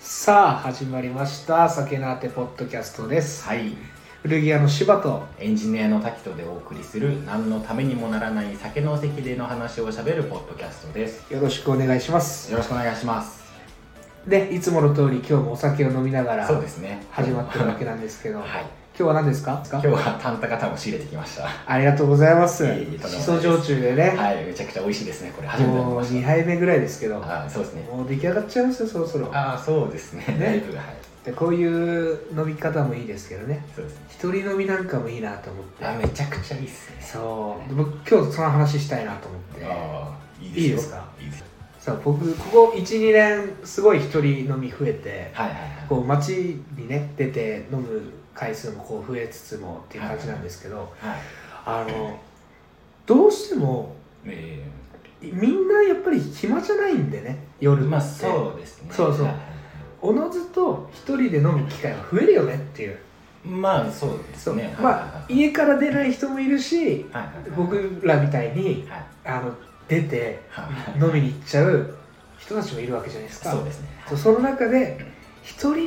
さあ始まりました「酒のあてポッドキャスト」ですはい、古着屋の柴とエンジニアの滝とでお送りする何のためにもならない酒の席での話をしゃべるポッドキャストですよろしくお願いしますよろしくお願いしますでいつもの通り今日もお酒を飲みながそうらです ね始まってるわけなんですけど、はい今日は何ですか今日はタンタカタンを仕入れてきましたありがとうございますいえいえとんでもないでしすそ焼酎でね、はいめちゃくちゃ美味しいですねこれ初めて飲みもうま2し杯目ぐらいですけどたはいそうですねもう出来上がっちゃいますよそろそろああそうですねねだいぶはいでこういう飲み方もいいですけどねそうですね一人飲みなんかもいいなと思ってあめちゃくちゃいいっすねそうで僕今日その話したいなと思ってああいいいいでですすかよいいですそう僕ここ12年すごい一人飲み増えてはいはいはいこう街にね出て飲む回数もこう増えつつもっていう感じなんですけど、はいあのどうしてもえみんなやっぱり暇じゃないんでね夜えって、まあそうですねそうそうはいはいはいおのずと一人で飲む機会は増えるよねっていうまあそうですねはいはいまあ家から出ない人もいるしはいはいはい僕らみたいにはいあの出てはい飲みに行っちゃう人たちもいるわけじゃないですかそうですねそうその中で一人み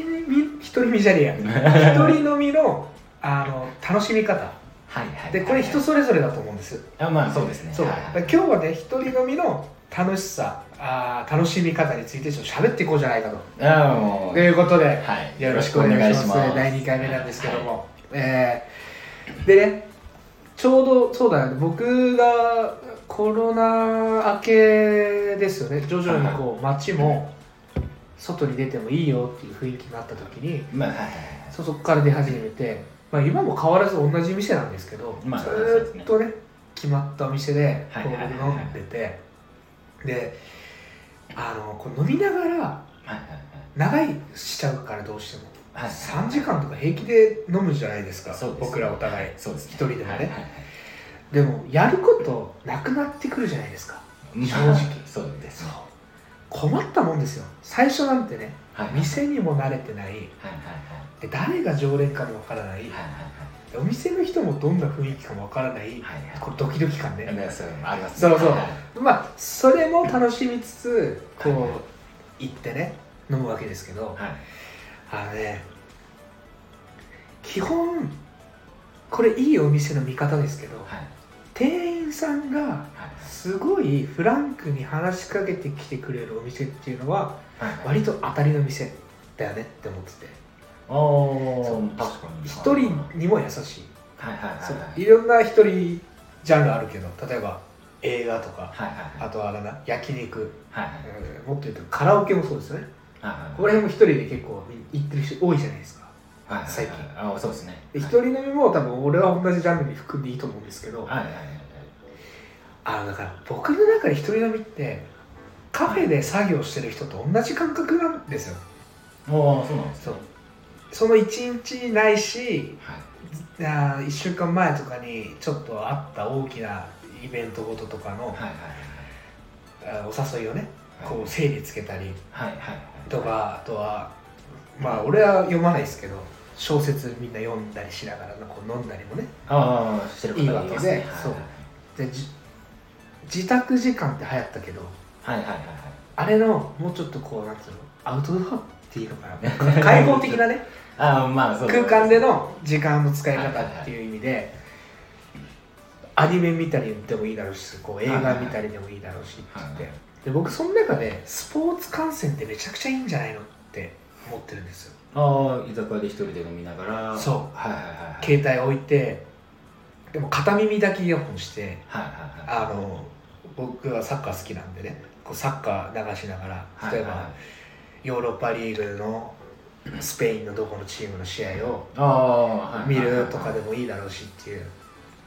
一人みじゃねえや一人飲みのあの楽しみ方はいはいでこれ人それぞれだと思うんですあまあそうですねそうはだいから今日はね一人飲みの楽しさあー楽しみ方についてちょっと喋っていこうじゃないかとああもとういうことではいよろしくお願いしますよろくお願第2回目なんですけども、えーでねちょうどそうだよね僕がコロナ明けですよね徐々にこう街も外に出てもいいよっていう雰囲気になった時にはいまあはいはいそうそこから出始めて、まあ、今も変わらず同じ店なんですけど、まあずそうですーねっとね決まったお店でこはいうはいはい僕はい飲んでてであのこう飲みながらはいはい長いしちゃうからどうしても。はいはい3時間とか平気で飲むじゃないですかそうですね僕らお互いそうですね一人でもねはいはいはいでもやることなくなってくるじゃないですか正直まあそうですね困ったもんですよ最初なんてねはいはい店にも慣れてないはいはいで誰が常連かもわからないはいはいはいでお店の人もどんな雰囲気かもわからないはいはいこれドキドキ感ねねそういうのもありますそうそうはいはいまあそれも楽しみつつこはいう行ってね飲むわけですけどはいあのね基本これいいお店の見方ですけどはい店員さんがはすごいフランクに話しかけてきてくれるお店っていうのはいはい割と当たりの店だよねって思ってておそうー確かに一人にも優しいはいはいはいはいそういろんな一人ジャンルあるけど例えば映画とかはいはいあとはあれだな焼肉はいはいうんもっと言うとカラオケもそうですよねはいここら辺も一人で結構行ってる人多いじゃないですかはいはい最近あそうですねで一人飲みも多分俺は同じジャンルに含んでいいと思うんですけどはいはいはいはいあのだから僕の中で一人飲みってカフェで作業してる人と同じ感覚なんですよおーそうなんですそねうその1日ないしはいあ1週間前とかにちょっとあった大きなイベントごととかのはいはいあお誘いをねはいこう整理つけたりはいはいはいとかあとはまあ俺は読まないですけど小説みんな読んだりしながらこう飲んだりもねああしてる方がいますいいわけでねそうでじ自宅時間って流行ったけどはいはいはいはいあれのもうちょっとこうなんつうのアウトドアっていうのか な開放的なねああまあそう空間での時間の使い方っていう意味で、アニメ見たりでもいいだろうしこう映画見たりでもいいだろうしって言って、はいで僕その中でスポーツ観戦ってめちゃくちゃいいんじゃないのって思ってるんですよああ居酒屋で一人で飲みながらそうはいはいはいはい携帯置いてでも片耳だけイヤホンしてはいはいはいあの僕はサッカー好きなんでねこうサッカー流しながらはい例えはいはいばヨーロッパリーグのスペインのどこのチームの試合をああはいはい見はいるとかでもいいだろうしっていう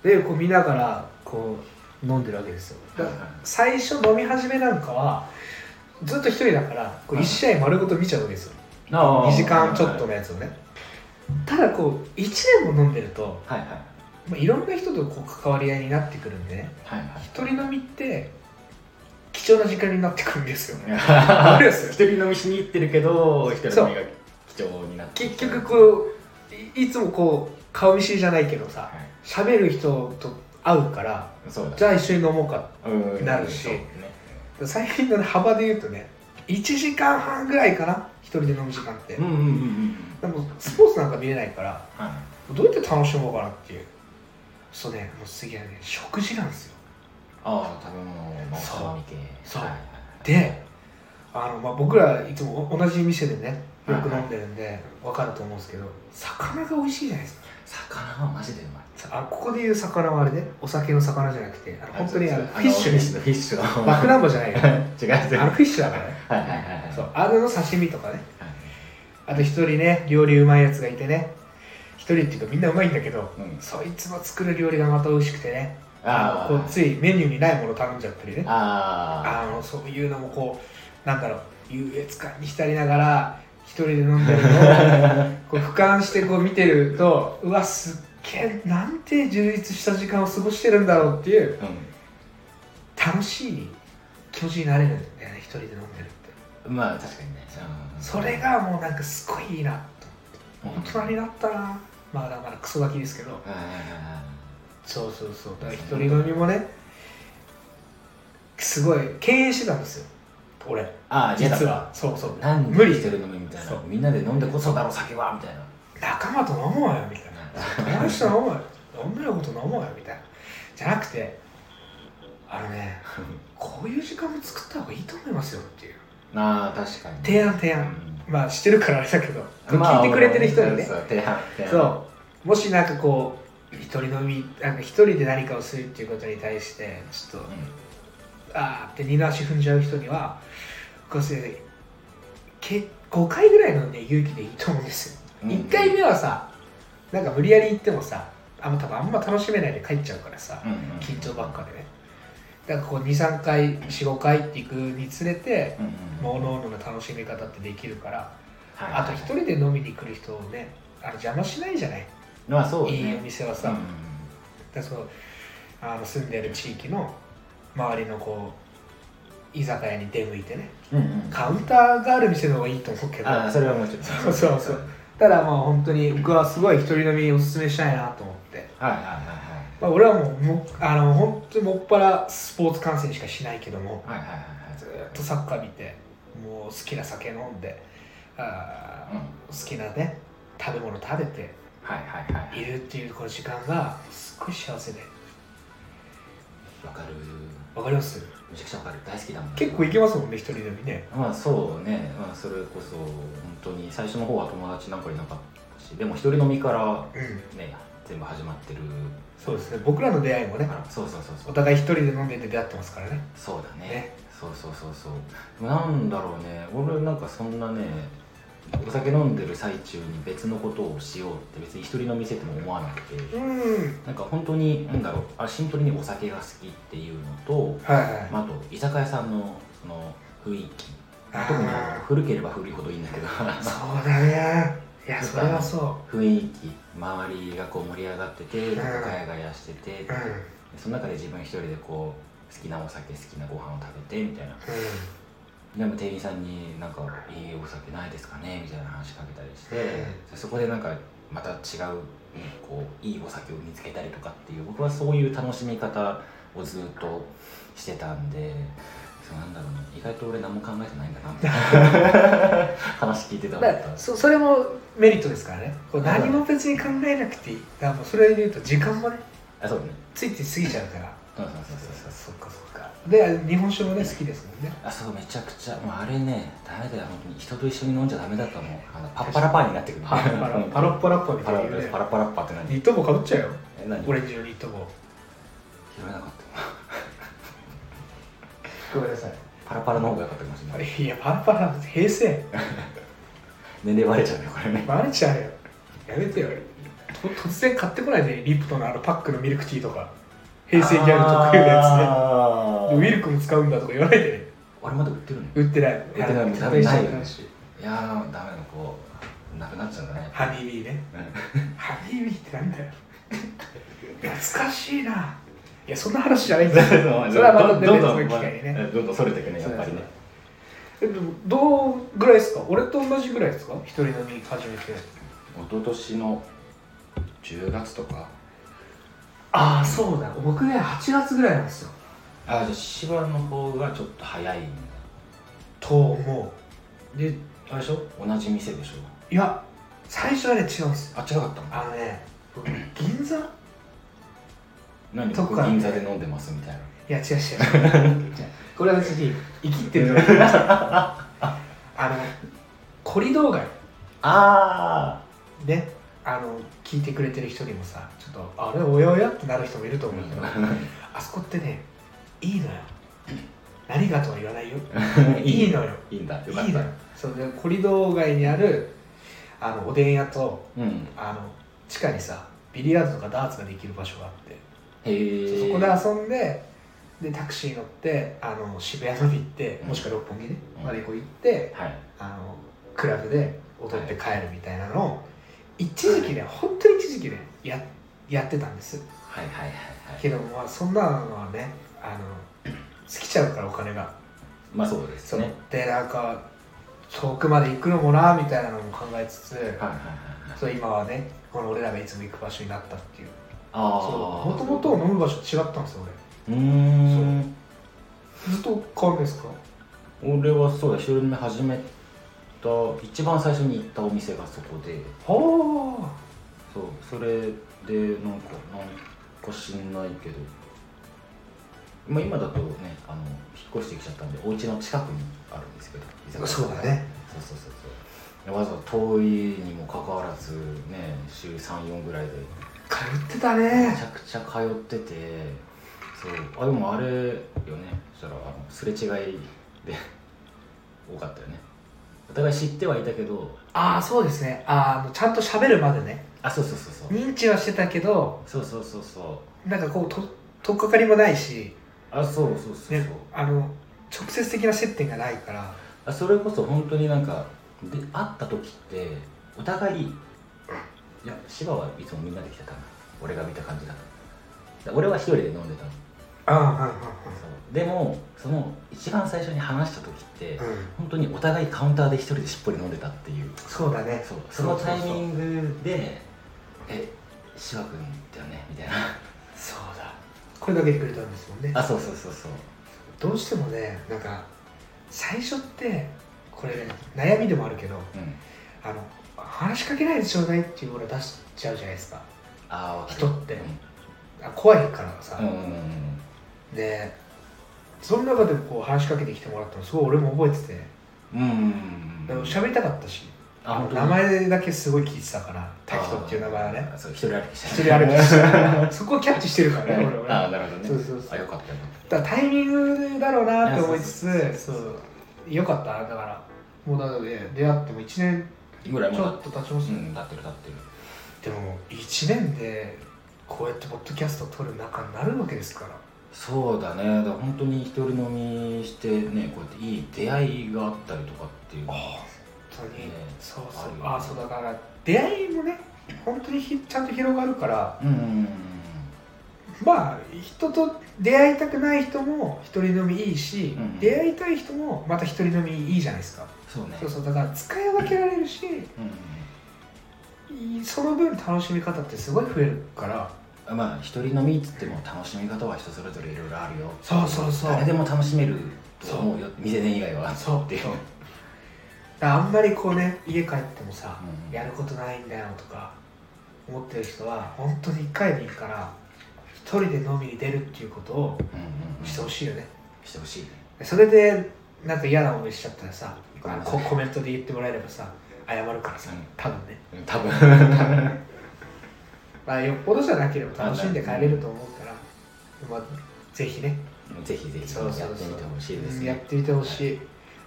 でこう見ながらこう飲んでるわけですよだはいはい最初飲み始めなんかはずっと一人だからこう1試合丸ごと見ちゃうわけですよああ2時間ちょっとのやつをねただこう1年も飲んでると、はいはいまあ、いろんな人とこう関わり合いになってくるんでねはいはい一人飲みって貴重な時間になってくるんですよねはあ いれですよ一人飲みしに行ってるけど一人飲みが貴重になって結局こういいつもこう顔見知りじゃないけどさはい喋る人と会うからそうだじゃあ一緒に飲もうかうんなるしそうね最近のね幅で言うとね1時間半ぐらいかな一人で飲む時間って、うんうんうんうんでもスポーツなんか見れないからはどうやって楽しもうかなっていうそうねもう次はね食事なんですよいああ食べ物の好み系そうはいはいであの、まあ、僕らいつも同じ店でねよく飲んでるんで分かると思うんですけど魚が美味しいじゃないですか魚はマジでうまいさあここで言う魚はあれねお酒の魚じゃなくてあの本当にあののフィッシュフィでッシすュフィッシュのバックナンバーじゃないよ 違う違うあのフィッシュだからねはいはいはいはいそうあれの刺身とかねはいあと一人ね料理うまいやつがいてね一人っていうかみんなうまいんだけどうんそいつの作る料理がまた美味しくてねああこうついメニューにないもの頼んじゃったりねああのそういうのもこうなんだろう優越感に浸りながら一人で飲んでるの をあこう俯瞰してこう見てるとうわすっげえなんて充実した時間を過ごしてるんだろうっていう楽しい気持ちになれるんだよね一人で飲んでるってうんまあ確かにねうんそれがもうなんかすごいいいなうん大人になったなまだまだクソガキですけどはいはいはいはいそうそうそうだから一人飲みもねすごい敬遠してたんですよ俺ああ実はそうそう何無理してるのみたいそなうみんなで飲んでこそだろ酒はみたいな仲間と飲もうよみたいな友達と飲もうよ女の子と飲もうよみたいなじゃなくてあのね こういう時間も作った方がいいと思いますよっていうな あ確かに提案提案まあしてるからあれだけどうんまあ聞いてくれてる人にねそう提案提案そうもしなんかこう一人飲みなんか一人で何かをするっていうことに対してちょっとうあーって二の足踏んじゃう人にはこうするけ5回ぐらいのね勇気でいいと思うんですよん1回目はさなんか無理やり行ってもさあんま多分あんま楽しめないで帰っちゃうからさうんうん緊張ばっかでねだからこう23回45回っていくにつれてうんうんうんもう各々の楽しみ方ってできるからはいあと一人で飲みに来る人をねあの邪魔しないじゃないまあそうねいいお店はさ、うんだからそのあの住んでる地域の周りのこう居酒屋に出向いてねうんうんカウンターがある店の方がいいと思うけどああそれはもうちょっとそうそうそうただまあ本当に僕はすごい一人飲みおすすめしたいなと思って、はいはいはまあ、俺はもうもあの本当にもっぱらスポーツ観戦しかしないけどもいはいはいはいはいはいずーっとサッカー見てもう好きな酒飲んであうんー好きなね食べ物食べてはいはいはいいるっていうこの時間がすっごい幸せでわかるわかりますめちゃくちゃわかる大好きだもん結構いけますもんね一人飲みねまあそうね、まあ、それこそ本当に最初の方は友達なんかいなかったしでも一人飲みからうんね全部始まってるそうですね僕らの出会いもだねからそうそうそうそおう互い一人で飲んでて出会ってますからねそうだねねそうそうそうそうなんだろうね俺なんかそんなねお酒飲んでる最中に別のことをしようって別に一人飲みしてても思わなくてうんなんか本当になんだろうあシンプルにお酒が好きっていうのと、はいはいまあ、あと居酒屋さんのその雰囲気あ特にー古ければ古いほどいいんだけど そうだねいやそれはそ雰囲気周りがこう盛り上がっててんなんかガヤガヤしてて、ううんうんその中で自分一人でこう好きなお酒好きなご飯を食べてみたいなでも店員さんになんか「いいお酒ないですかね?」みたいな話しかけたりして、うそこでなんかまた違う、ね、こういいお酒を見つけたりとかっていう僕はそういう楽しみ方をずっとしてたんでそうなんだろうな意外と俺何も考えてないんだ なって話聞いてただ思かっらた。そそれもメリットですからねこう何も別に考えなくていいだからもうそれで言うと時間もねあそうねついつい過ぎちゃうからそうそうそうそうそうっかそっかで日本酒もね好きですもんねあそうめちゃくちゃもうあれねダメだよ本当に人と一緒に飲んじゃダメだと思うあのパッパラパーになってくるパラパラパラッパラッパみパたいラな言うねパラパラッパって何ニット帽かぶっちゃうよえ何オレンジのニット帽拾えなかったごめんなさいパラパラの方が良かったかもしれないいやパラパラ平成年齢バレちゃうねこれねバレちゃうよやめてよと突然買ってこないでリプトのあのパックのミルクティーとか平成ギャル特有のやつねつウィルクも使うんだとか言わないでねあれまだ売ってるの売ってない売ってないもんちょダっとメない一緒よねにいやーダメだこうなくなっちゃうんだ ねハニービーねハニービーってなんだよ懐かしいないやそんな話じゃないんだよそれはまた別の機会にねどんどんそれていくねやっぱりねえでもどうぐらいですか俺と同じぐらいですか一人飲み始めて一昨年の10月とかああそうだ僕ね8月ぐらいなんですよあじゃあ芝の方がちょっと早いんだと思であれでしょ同じ店でしょういや最初はね違うんですよあ違かったのあのね僕銀座い何そっ僕か銀座で飲んでますみたいなや違う違う違う これは別に生きてると思いました あのコリドー街あねあの聞いてくれてる人にもさちょっとあれおやおやってなる人もいると思うけど、あそこってねいいのよ何がとは言わないよいいのよ いいんだいよいかったのよそうでコリドー街にあるあのおでん屋とうんあの地下にさビリヤードとかダーツができる場所があって、へえそうそこで遊んででタクシー乗ってあの渋谷まで行ってもしくは六本木ね、うんまでこう行ってはいあのクラブで踊って帰るみたいなのを一時期ね本当に一時期ねややってたんですはいはいはいはいけどまあそんなのはねあの尽きちゃうからお金がまあそうですそう、ねでなんか遠くまで行くのもなみたいなのも考えつつ、はいはいはいはいそう今はねこの俺らがいつも行く場所になったっていうああそうもともと飲む場所違ったんですようーん俺ずっと変わるんですか俺はそうだ一人目始めた一番最初に行ったお店がそこではそうそれでなんかなんか知んないけど、まあ、今だとねあの引っ越してきちゃったんでお家の近くにあるんですけど居酒屋そうだねそうそうそうそうわざわざ遠いにもかかわらずね週34ぐらいで通ってためねちゃくちゃ通っててそうあでもあれよねそしたらあのすれ違いで多かったよねお互い知ってはいたけどああそうですねあーあのちゃんと喋るまでねあそうそうそうそう認知はしてたけどそうそうそうそうなんかこうと取っかかりもないし、あそうそうそうそう、ね、あの直接的な接点がないからあそれこそ本当になんかで会った時ってお互いいや芝はいつもみんなで来てたの俺が見た感じだとで俺は一人で飲んでたのああそうでもその一番最初に話した時ってうんうんうん本当にお互いカウンターで一人でしっぽり飲んでたっていうそうだねそうそのタイミングで「え芝君だよね」みたいなそうだこれだけてくれたんですもんねあそうそうそうそうどうしてもねなんか最初ってこれね悩みでもあるけどうんあの話しかけないでちょうだいっていうオーラ出しちゃうじゃないですかああ分かる人ってうあ怖いからさ、んうんうんうんでその中でこう話しかけてきてもらったのすごい俺も覚えててうんうんでうんうもん喋りたかったしあ本当に名前だけすごい聞いてたから滝人っていう名前はねあーそう一人歩きし一て人歩きして そこをキャッチしてるからね俺はねああなるほどねそうそうそうあよかったよかっだからタイミングだろうなって思いついやつそそうそうよかっただからもうなので出会っても1年たぐらいちょもだっと経ちますうね、ん、なってるなってるでも1年でこうやってポッドキャストを撮る仲になるわけですからそうだねだから本当に一人飲みしてねこうやっていい出会いがあったりとかっていうのは本当に、ねそうそあうるよねあそうだから出会いもね本当にひちゃんと広がるからうんうんうんうんまあ人と出会いたくない人も一人飲みいいし、うん出会いたい人もまた一人飲みいいじゃないですか、そうねそうそうだから使い分けられるし、うんうんいその分楽しみ方ってすごい増えるからうんまあ一人飲みっつっても楽しみ方は人それぞれいろいろあるよそうそうそう誰でも楽しめると思うよ店で以外はそうっていう、うんだあんまりこうね家帰ってもさ、やることないんだよとか思ってる人は本当に1回でいいから一人で飲みに出るっていうことをうんうんうん、してほしいよねしてほしいねそれでなんか嫌な思いしちゃったらさあのこコメントで言ってもらえればさ謝るからさうん多分ね、うん多分 まあ、よっぽどじゃなければ楽しんで帰れると思うから、まあ、ぜひねぜひぜひそうそうそうやってみてほしいですうんねやってみてほしい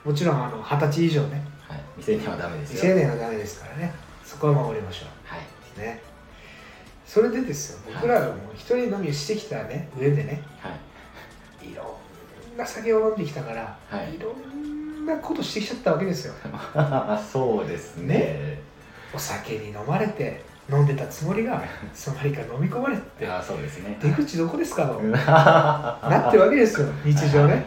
もちろんあの二十歳以上ねはい、未成年はダメです未よ。成年はダメですからねそこは守りましょはいうねそれでですよ僕らがもう一人飲みをしてきたね上でねはいろんな酒を飲んできたから、、はいいろんなことしてきちゃったわけですよい。 そうですね。お酒に飲まれて飲んでたつもり がその間にか飲み込まれていやそうですね。出 口どこですかとうんなってるわけですよ日常はいはいね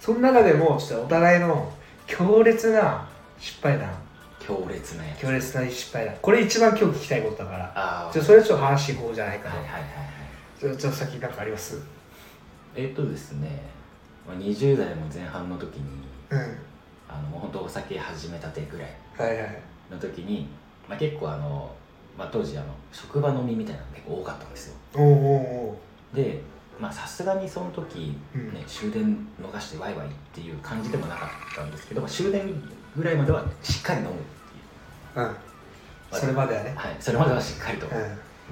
その中でもちょっとお互いの強烈な失敗談強烈なやつ強烈な失敗だこれ一番今日聞きたいことだからああじゃあそれはちょっと話していこうじゃないかはいとはいはいはいちょっと先なんかありますえっとですねまあ20代も前半の時にうんあのもう本当お酒始めたてぐらいはいはいの時に、まあ、結構あの、まあ、当時あの職場飲みみたいなの結構多かったんですよおうおうおうでまあさすがにその時、うんね、終電逃してワイワイっていう感じでもなかったんですけど、まあ、終電ぐらいまではしっかり飲むっていううんそれまではねはい、それまではしっかりとうん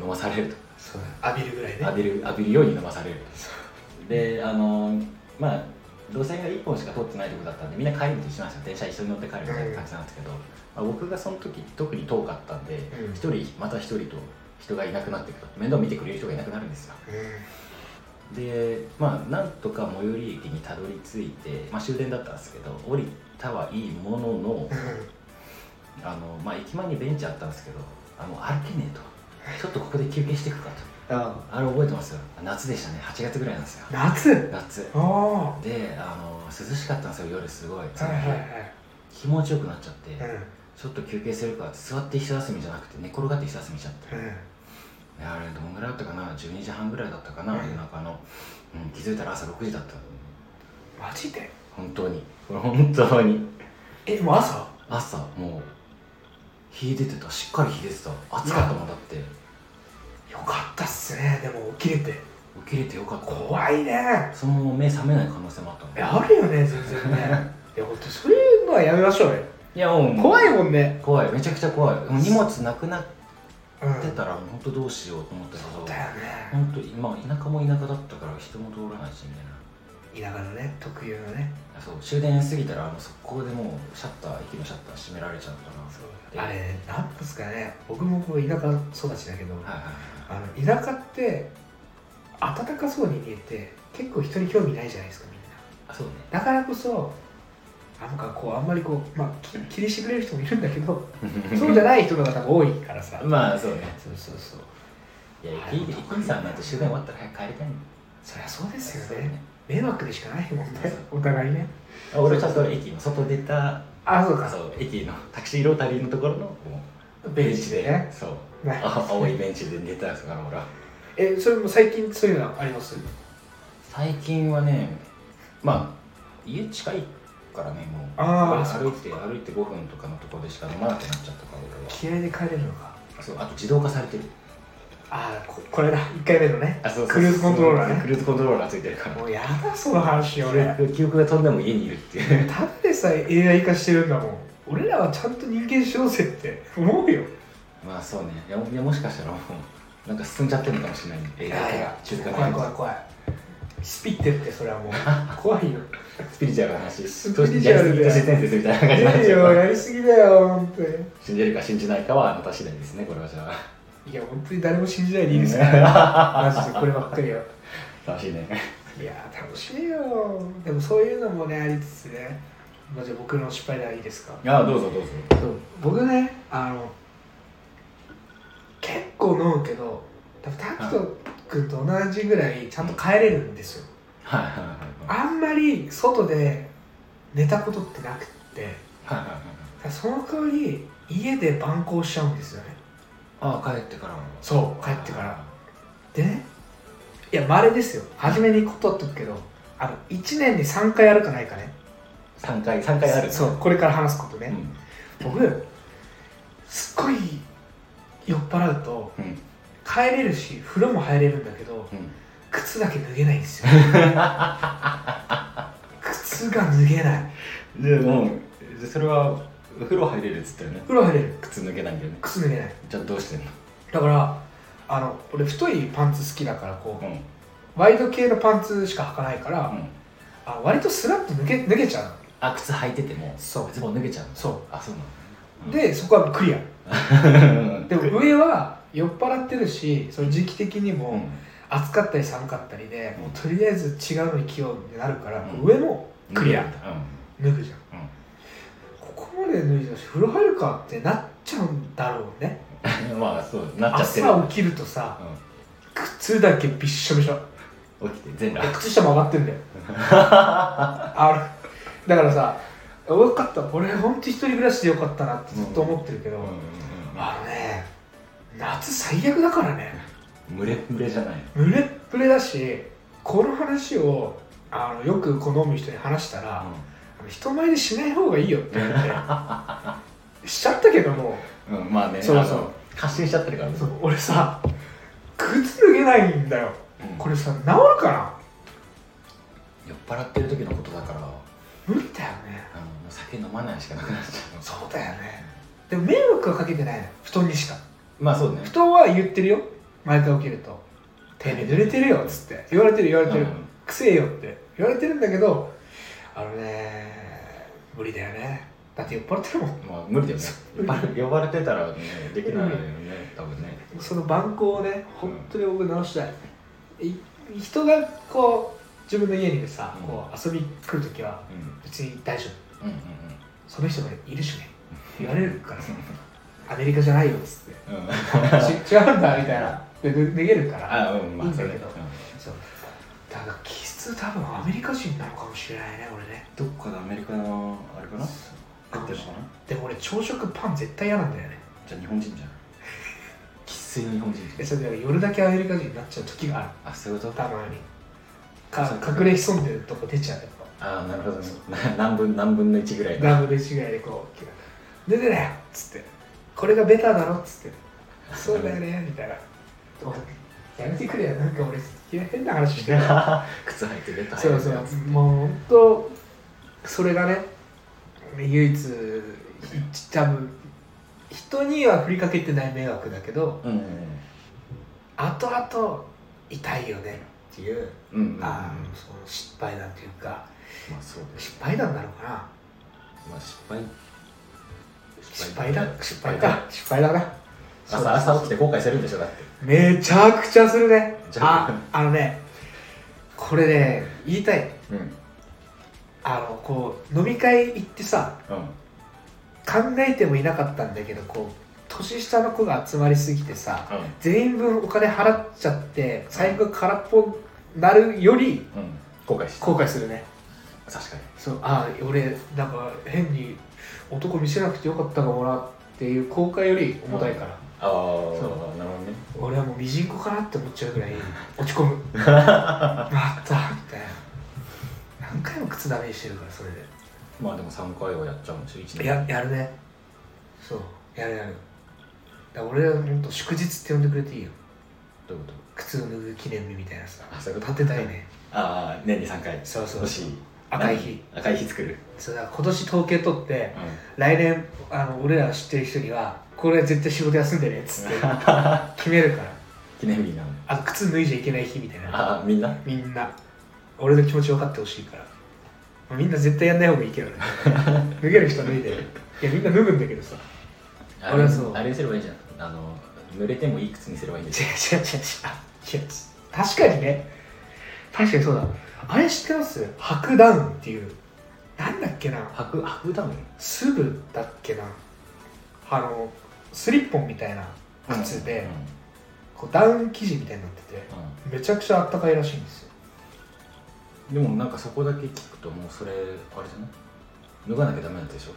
飲まされるとそうだ浴びるぐらいね浴びる浴びるように飲まされるであのまあ路線が1本しか通ってないとこだったんでみんな帰り道一緒なんですよ電車一緒に乗って帰るみたいな感じなんですけど、まあ、僕がその時特に遠かったんでうん一、人また一人と人がいなくなってくると面倒見てくれる人がいなくなるんですようでまあなんとか最寄り駅にたどり着いて、まあ、終電だったんですけど降りたはいいもののんうんあの、まあ、駅前にベンチあったんですけどあもう歩けねえとちょっとここで休憩していくかとああれ覚えてますよ夏でしたね8月ぐらいなんですよ夏夏ああであの涼しかったんですよ夜すごい、はいは気持ちよくなっちゃって、いはいちょっと休憩するか座って一休みじゃなくて寝転がって一休みしちゃって、うんうんであれどんぐらいだったかな12時半ぐらいだったかな、うん夜中の、うん、気づいたら朝6時だったマジで本当に本当にえもう朝朝もう火出てたしっかり火出てた暑かったもんだってよかったっすねでも起きれて起きれてよかった怖いねそのまま目覚めない可能性もあったのいやあるよね全然ね いや本当そういうのはやめましょうよいやもう怖いもんね怖いめちゃくちゃ怖いもう荷物なくなっうんてたら本当どうしようと思ったけどだよね本当今田舎も田舎だったから人も通らないしみたいな田舎のね特有のねそう終電過ぎたらあの速攻でもうシャッター駅のシャッター閉められちゃうからそうあれなんですかね僕もこう田舎育ちだけどはいはいあの田舎って暖かそうに見えて結構人に興味ないじゃないですかみんなあそうねだからこそなんかこうあんまりこうまあき気にしてくれる人もいるんだけど そうじゃない人の方が多いからさ まあそうねそうそうそういや駅駅員さんなんて終電終わったら早く帰りたいんそりゃそうでですすよよねね迷惑でしかないもんねお互いねあ俺ちゃんと駅の外出たあそうそう駅のタクシーロータリーのところのもううベンチでねそうねあ青いベンチで寝たやつから俺はえそれも最近そういうのあります最近はねまあ家近いからねもうあー歩いて歩いて5分とかのところでしか飲まなくなっちゃったから俺は気合で帰れるのかそうあと自動化されてるああここれだ1回目のねあそうクルーズコントローラーねクルーズコントローラーついてるからもうやだその話 俺記憶が飛んでも家にいるっていうただでさえ AI 化してるんだもん俺らはちゃんと人間しようぜって思うよまあそうねいやいやもしかしたらもうなんか進んじゃってるのかもしれない映画とか中華怖い怖い怖いスピってってそれは もう怖いよスピリチュアルな話スピリチュアルで都市伝説みたいな感じになっいちやゃうよやりすぎだよ本当に信じるか信じないかはあなた次第ですねこれはじゃあいや本当に誰も信じないでいいですから、 マジでこればっかりよ楽しいねいやー楽しいよでもそういうのもねありつつね、まあ、じゃあ僕の失敗談いいですかああどうぞどうぞ僕ねあの結構飲むけど多分タクト君と同じぐらいちゃんと帰れるんですよはいはいはいはいあんまり外で寝たことってなくってはいはいはいだからその代わり家で晩行しちゃうんですよねああ帰ってからもそう帰ってからでねいやまれですよ初めに断っとくけどあの1年に3回あるかないかね3回三回あるそうこれから話すことうね、ん僕すっごい酔っ払うとうん帰れるし風呂も入れるんだけどうん靴だけ脱げないん ですよ靴が脱げないでもでそれはお風呂入れるっつったよね風呂入れる靴脱げないんだよね靴脱げないじゃあどうしてんのだからあの俺太いパンツ好きだからこうんうんうワイド系のパンツしか履かないから、あ割とスラッと脱げ脱げちゃうのあ靴履いててもそズボン脱げちゃうのそあそうなうのでそこはクリア うんでも上は酔っ払ってるしその時期的にも、うん暑かったり寒かったりで、もうとりあえず違うのに着ようってなるから、うん上もクリア脱ぐじゃん、うんここまで脱いだし風呂入るかってなっちゃうんだろうねうん まあそうなっちゃってる朝起きるとさ靴だけびっしょびしょうん起きて全裸 靴下も上がってんだよあのだからさよかった俺本当一人暮らしでよかったなってずっと思ってるけど、あのね夏最悪だからね群れ群れじゃない濡れっぷれだしこの話をあのよく好む人に話したら、人前でしない方がいいよって言われてしちゃったけどもうん、うん、まあねそうそうあの発信しちゃってるからねそう俺さ靴脱げないんだようんこれさ治るか酔っ払ってる時のことだからあのもな無理だよねう酒飲まないしかなくなっちゃうそうだよねでも迷惑はかけてないの布団にしか まあそうね布団は言ってるよ毎回起きると「てめえ濡れてるよ」っつって言われてる言われてる、うんくせえよって言われてるんだけどあのね無理だよねだって酔っ払ってるもんまあ無理だよねそう呼ばれ呼ばれてたらねできないよね多分ねその蛮行をね本当に僕直したい,い、人がこう自分の家にさ、うんこう遊び来るときはうん別に大丈夫うんうんその人がいるしね言われる からアメリカじゃないよっつってうんうんち違うんだみたいなでで逃げるから あうんまあそれいいんだけどそうだから気質多分アメリカ人なのかもしれないね俺ねどっかでアメリカのあれかなかやっもてしるれのなかいでなも俺朝食パン絶対嫌なんだよねじゃあ日本人じゃん 生粋の日本人えそれで夜だけアメリカ人になっちゃう時があるあそういうことたあまにか隠れ潜んでるとこ出ちゃうとかあなるほどね 何分何分の1ぐらいのダブル違いでこう出てなよっつってこれがベターだろっつってそうだよねみたいなおやめてくれよなんか俺変な話してる 靴履いてベタそう履いそてうやつもう本当それがね唯一多分人には振りかけてない迷惑だけどうんうん後々痛いよねっていう、うんうんうんあまーその失敗なんていうかあそうだよ失敗談なのかなまあ失敗失敗だ失敗か失敗だな朝朝起きて後悔するんでしょだってめちゃくちゃするねじゃあああのねこれね言いたいうんうんあのこう飲み会行ってさ考えてもいなかったんだけどこう年下の子が集まりすぎてさ全員分お金払っちゃって財布が空っぽになるよりうんうん後悔して後悔するね確かにそうああ俺なんか変に男見せなくてよかったかもなっていう後悔より重たいから、うああなるほどね俺はもうミジンコかなって思っちゃうぐらい落ち込 むまたみたいな何回も靴ダメにしてるからそれでまあでも3回はやっちゃうんでしょ1年ややるねそうやるやるだから俺は本当祝日って呼んでくれていいよどういうこと靴を脱ぐ記念日みたいなさあそういうこと立てたいねああ年に3回そうそう欲しい赤い日赤い日作るそうだから今年統計取ってう来年あの俺ら知ってる人にはこれ絶対仕事休んでねっつって決めるから記念日なのあ靴脱いじゃいけない日みたいなああみんなみんな俺の気持ち分かってほしいからみんな絶対やんない方がいいけ どね脱げる人は脱いでいやみんな脱ぐんだけどさあれ俺はそうあれにすればいいじゃんあの濡れてもいい靴にすればいいん違う違う違う違うですよ確かにね確かにそうだあれ知ってます白ダウンっていうなんだっけな履く履くダウンスブだっけなあのスリッポンみたいな靴で、こうダウン生地みたいになっててうんうんめちゃくちゃあったかいらしいんですよでもなんかそこだけ聞くともうそれあれじゃない脱がなきゃダメなんでしょ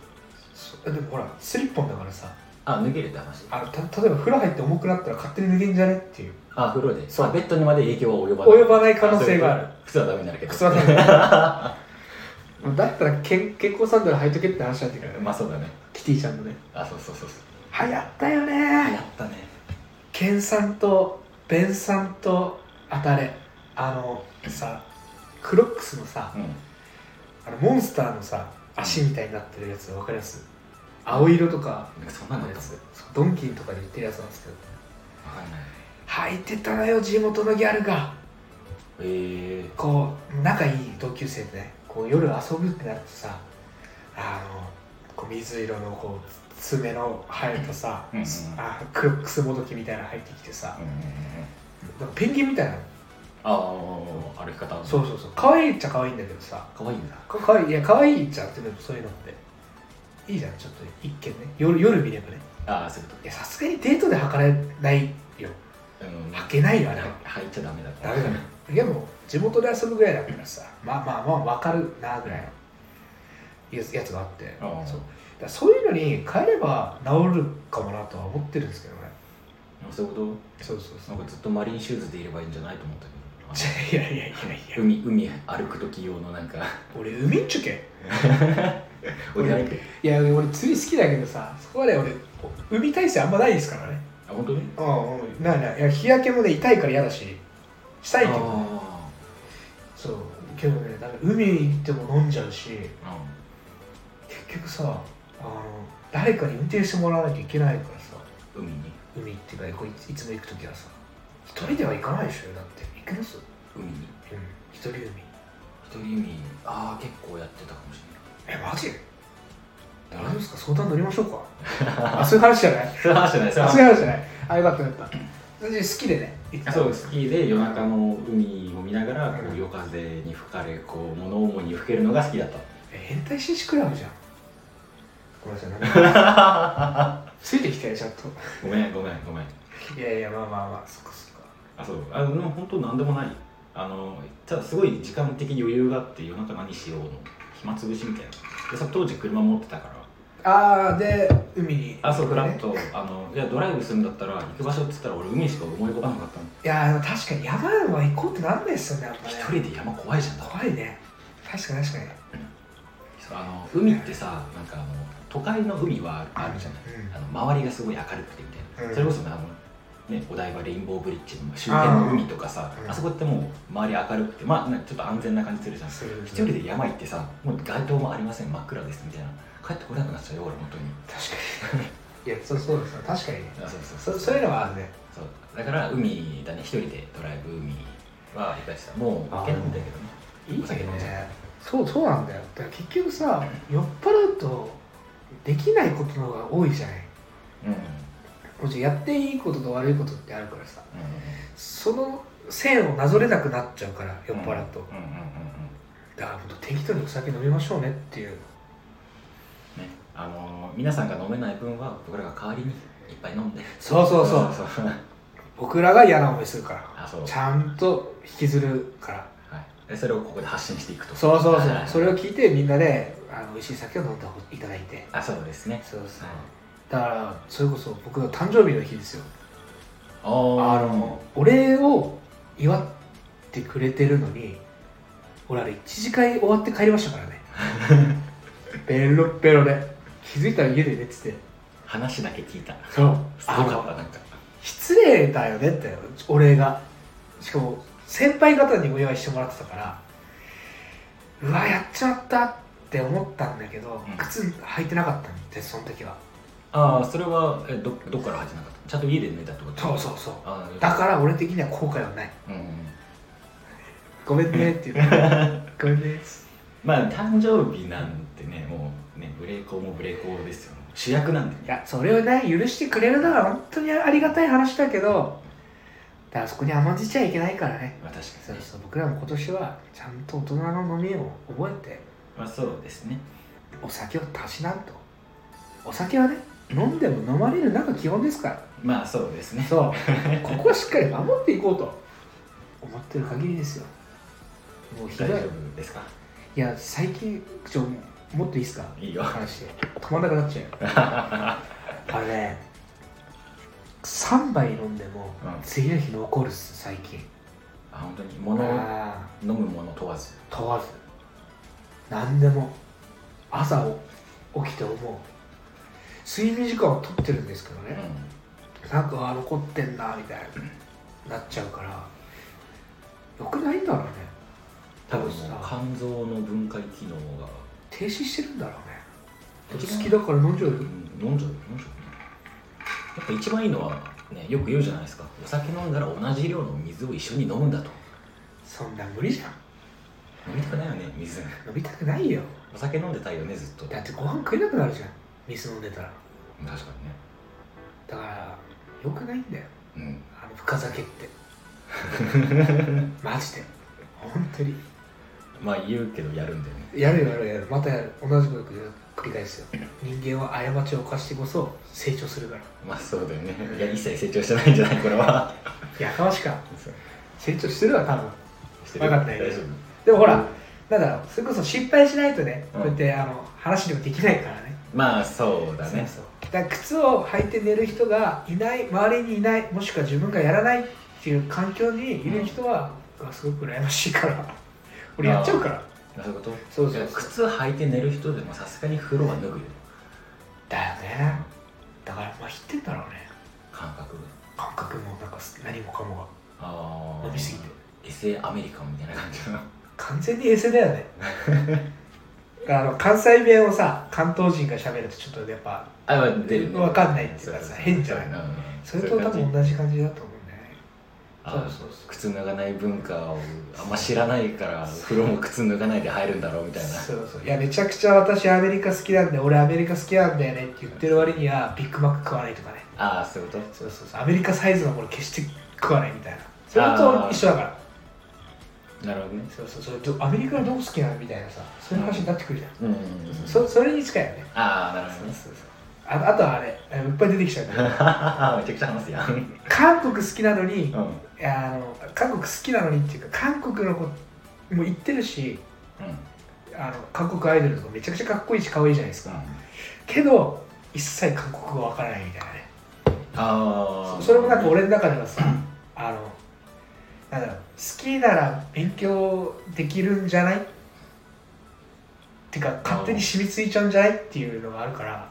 そでもほらスリッポンだからさあ脱げるって話あのた例えば風呂入って重くなったら勝手に脱げんじゃねっていうあ風呂でそうあベッドにまで影響は及ばない及ばない可能性がある靴はダメになるけど靴はダ メだったら健健康サンダル履いとけって話なんだけどね まあそうだねキティちゃんのねあそうそうそうそう流行ったよねあやったねケンさんとベンさんとあたれあのさクロックスのさうんあのモンスターのさ足みたいになってるやつわかります青色とかなんかそんなあののあやったつわそうドンキーとかで売ってるやつなんですけどかんない履いてたのよ地元のギャルがええこう仲いい同級生でねこう夜遊ぶってなるとさあのこう水色のこう爪の生えたさ、うんうんあクロックスもどきみたいなの入ってきてさうんうんうんうんなんかペンギンみたいなのああ歩き方そうそうそう可愛いっちゃ可愛いんだけどさかわいいんだか可愛いいや可愛いっちゃってでもそういうのっていいじゃんちょっと一見ね夜夜見ればねああそういうこいやさすがにデートで履かれないよとうん履けないよあれ履いちゃダメだダメだねでも地元で遊ぶぐらいだからさまあまあまあ分かるなぐらいのやつやつがあってああそうだからそういうのに変えれば治るかもなとは思ってるんですけどねそういうこそうそうとそなうんかずっとマリンシューズでいればいいんじゃないと思ったけどあのいやいやいやいや海海歩く時用のなんか俺海っちゅけ 俺歩くいや俺釣り好きだけどさそこまで俺海耐性あんまないですからねあ本当にうんうんないないいや日焼けもね痛いから嫌だししたいけどねあそうけどねなんか海行っても飲んじゃうしあ結局さあの誰かに運転してもらわなきゃいけないからさうん海に海っていうかこういいつも行く時はさ一人では行かないでしょだって行きますうん海に一人海一人海ああ結構やってたかもしえマジれ大な丈夫いですか相談乗りましょうかあそういう話じゃない そういう話じゃない あそういう話じゃないあよかったよかった私好きでね行ってあたそうスキーで夜中の海を見ながらこううん夜風に吹かれこう物思いに吹けるのが好きだ ったえ変態紳士クラブじゃんごめんなさいなんか ついてきてちゃんとごめんごめんごめんいやいやまあまあまあそっかそっかあそうあの本当なんでもないあのただすごい時間的余裕があって夜中何しようの暇つぶしみたいなでさ当時車持ってたからああで海にあそうフラッとあのいやドライブするんだったら行く場所っつったら俺海しか思い浮かばなかったのいやでも確かに山は行こうってなんないっすよねあんまね一人で山怖いじゃんだ怖いね確かに確かにあの海ってさなんかあの都会の海はあるじゃない、うんあの周りがすごい明るくてみたいな、うんそれこそねあの、ね、お台場レインボーブリッジの周辺の海とかさあーうあんそこってもう周り明るくてまあねちょっと安全な感じするじゃんする一人で山行ってさもう街灯もありません真っ暗ですみたいな帰ってこれなくなっちゃうよ俺本当に確かに いやそうそうですよ確かにねあそうそうそそういうのはあるねそうだから海だね一人でドライブ海は行かしてたもう行けないんだけどねいいんだけどお酒飲んじゃねそうそうなんだよだから結局さ酔っ払うとできないことの方が多いじゃないうんうんもちろんやっていいことと悪いことってあるからさうんその線をなぞれなくなっちゃうから酔っ払うと、うんうんうんうんだから本当適当にお酒飲みましょうねっていうね、あのー皆さんが飲めない分は僕らが代わりにいっぱい飲んでそうそう そうそう僕らが嫌な思いするからあそうちゃんと引きずるからはいで、それをここで発信していくとそうそうそはういそれを聞いてみんなであの美味しい酒を飲んでほいただいてあそうですねそうそうはいだからそれこそ僕の誕生日の日ですよああのの俺を祝ってくれてるのに俺あれ一次会終わって帰りましたからね ベロッベロで気づいたら家で寝てて話だけ聞いたそうすあごかったのなんか失礼だよねって俺がしかも先輩方にお祝いしてもらってたからうわやっちまったって思ったんだけど、うん靴履いてなかったんでその時はああそれはえどどっから始まったちゃんと家で寝たってことそうそうそうあーだから俺的には後悔はないうんうん ごめんねって言って ごめんねっつってまあ誕生日なんてねもうねブレイコーもブレイコーですよ主役なんでいねやそれをね許してくれるなら本当にありがたい話だけどだからそこに甘んじちゃいけないからねまあ確かそうにねそう僕らも今年はちゃんと大人の飲みを覚えてまあそうですねお酒をたしなんとお酒はね飲んでも飲まれるのが基本ですからまあそうですね そうここはしっかり守っていこうと思ってる限りですよもうひど大い丈夫ですかいや最近ちょもっといいですかいいよ話止まんなくなっちゃうよ あれね3杯飲んでもうん次の日残るっす最近あ本当に物をあ飲むもの問わずー問わず何でも朝を起きて思う睡眠時間をとってるんですけどうね、んなんかあ残ってんなみたいななっちゃうからよくないんだろうね多多分分もうさ肝臓の分解機能が停止してるんだろうね好好ききだだから飲んじゃうよ飲んじゃう飲んじゃうやっぱ一番いいのはねよく言うじゃないですかお酒飲んだら同じ量の水を一緒に飲むんだとそんな無理じゃん飲みたくないよね水飲みたくないよお酒飲んでたいよねずっとだっ確かてご飯食えなくなるじゃん水飲んでたらにねだからよくないんだようんあの深酒ってマジで本当にまあ言うけどやるんだよねやるよやるよやるまたやる同じことやる繰り返すよ人間は過ちを犯してこそ成長するからまあそうだよねいや一切成長してないんじゃないこれはやかましかそう成長してるわ多分してるわかんない大丈夫でもほらなんだろうそれこそ失敗しないとね、うんこうやってあの話でもできないからねまあそうだねそうそうだから靴を履いて寝る人がいない周りにいないもしくは自分がやらないっていう環境にいる人は、あすごく羨ましいから俺やっちゃうからそういうことそうそうそういや靴履いて寝る人でもさすがに風呂は脱ぐよだよねだからまあ知ってんだろうね感覚感覚もなんか何もかもがああ飲みすぎてエセアメリカンみたいな感じ かな完全にエセだよねあの関西弁をさ関東人が喋るとちょっとやっぱあまあ出るねわかんないっていうかさそうそうそう変じゃないうんそれと多そういう分感じ同じ感じだと思うねあそうーそうそう靴脱がない文化をあんま知らないから風呂も靴脱がないで入るんだろうみたいなそうそういやめちゃくちゃ私アメリカ好きなんで俺アメリカ好きなんだよねって言ってる割にはビッグマック食わないとかねああそういうことそうそうそうアメリカサイズのもの決して食わないみたいなそれと一緒だからなるほどねそうそうそれとアメリカのどこ好きなのみたいなさそういう話になってくるじゃん、うんそそれに近いよねああなるほどねそうああとはあれあのいっぱい出てきちゃうけど めちゃくちゃ話すやん、うん、韓国好きなのにいやあの韓国好きなのにっていうか韓国の子も行ってるしあの韓国アイドルとかめちゃくちゃかっこいいし可愛いじゃないですか、けど一切韓国語わからないみたいなねああそれもなんか俺の中ではさあのなんだろう好きなら勉強できるんじゃないってか勝手に染みついちゃうんじゃないっていうのがあるから、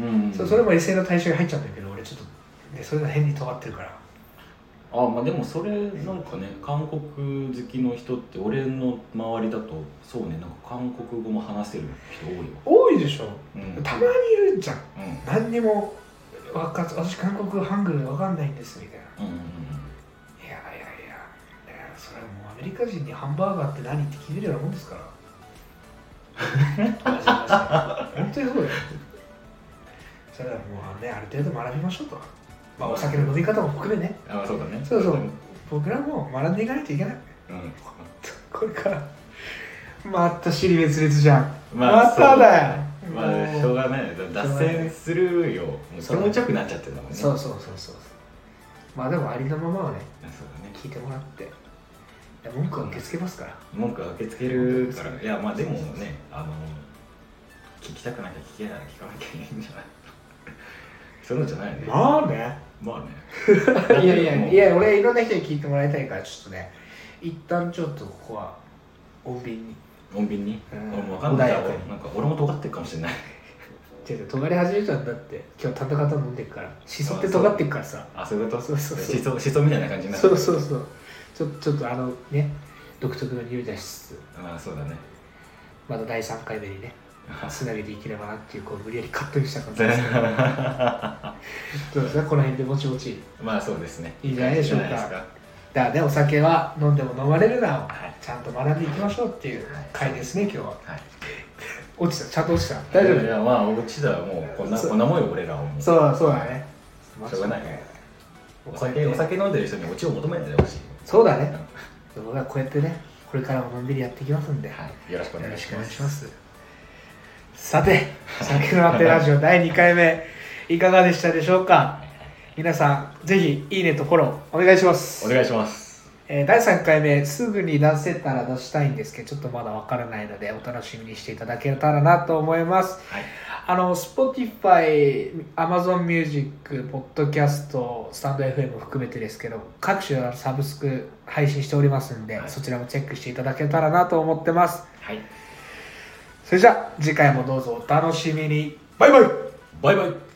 うんそそれも s の対象に入っちゃうんだけど俺ちょっとでそれが変に尖ってるからあまあでもそれなんかね韓国好きの人って俺の周りだとそうねなんか韓国語も話せる人多いわ多いでしょうん、うん、たまにいるじゃん何にもわか私韓国語ハングルわかんないんですみたいなうんうんいやいやいやいやそれはもうアメリカ人にハンバーガーって何って聞いてるようなもんですから 話しました本当にそうだよそれはもうねある程度学びましょうとまあお酒の飲み方も含めねあそうだねそうそううん僕らも学んでいかないといけないこれからまた尻滅裂じゃんまあまただよそうまあしょうがないね脱線するよもうそれも痛くなっちゃってるんだもんねそううそうそうそうまあでもありのままをねそうだね聞いてもらっていや文句は受け付けますから文句は受け付けるからいやまあでもねあの聞きたくなきゃ聞けないなら聞かなきゃいけないんじゃないそういうのじゃないよねまあねまあねいやいやいやや俺いろんな人に聞いてもらいたいからちょっとね一旦ちょっとここは穏便に穏便にうん俺も分かんない穏やかになんか俺も尖ってるかもしれない違う違う尖り始めちゃうんだって今日たたかた飲んでるからしそって尖ってるからさあそういうことそうそうそう思想思想みたいな感じになるそうそうそうちょちょっとあのね独特の匂い出しつつまあそうだねまだ第3回目にねあつなげていければなっていうこう無理やりカットにした感じそうでだ すけどどねうですかこの辺でぼちぼちまあそうですねいいんじゃないでしょうかいいんじゃなだからねお酒は飲んでも飲まれるなをはいちゃんと学んでいきましょうっていう回ですね今日はすかはい落ちたちゃんと落ちた大丈夫いやまあ落ちたらもうこんなそうこんなもんよ俺らはもうそうだそうだね。しょうがないねもうおこうやって酒お酒飲んでる人にオチを求めないでほしいそうだね。僕はこうやってね、これからものんびりやっていきますんで、よはいよろしくお願ろいししくおま願いすします。さて、酒のあてラジオ第2回目、いかがでしたでしょうか皆さん、ぜひ、いいねとフォロー、お願いします。お願いしますえー第3回目、すぐに出せたら出したいんですけど、ちょっとまだわからないので、お楽しみにしていただけたらなと思います。はいあの Spotify、Amazon Music、Podcast、スタンド FM も含めてですけど、各種のサブスク配信しておりますんで、はいそちらもチェックしていただけたらなと思ってます。はいそれじゃあ、次回もどうぞお楽しみに。バイバイバイバイ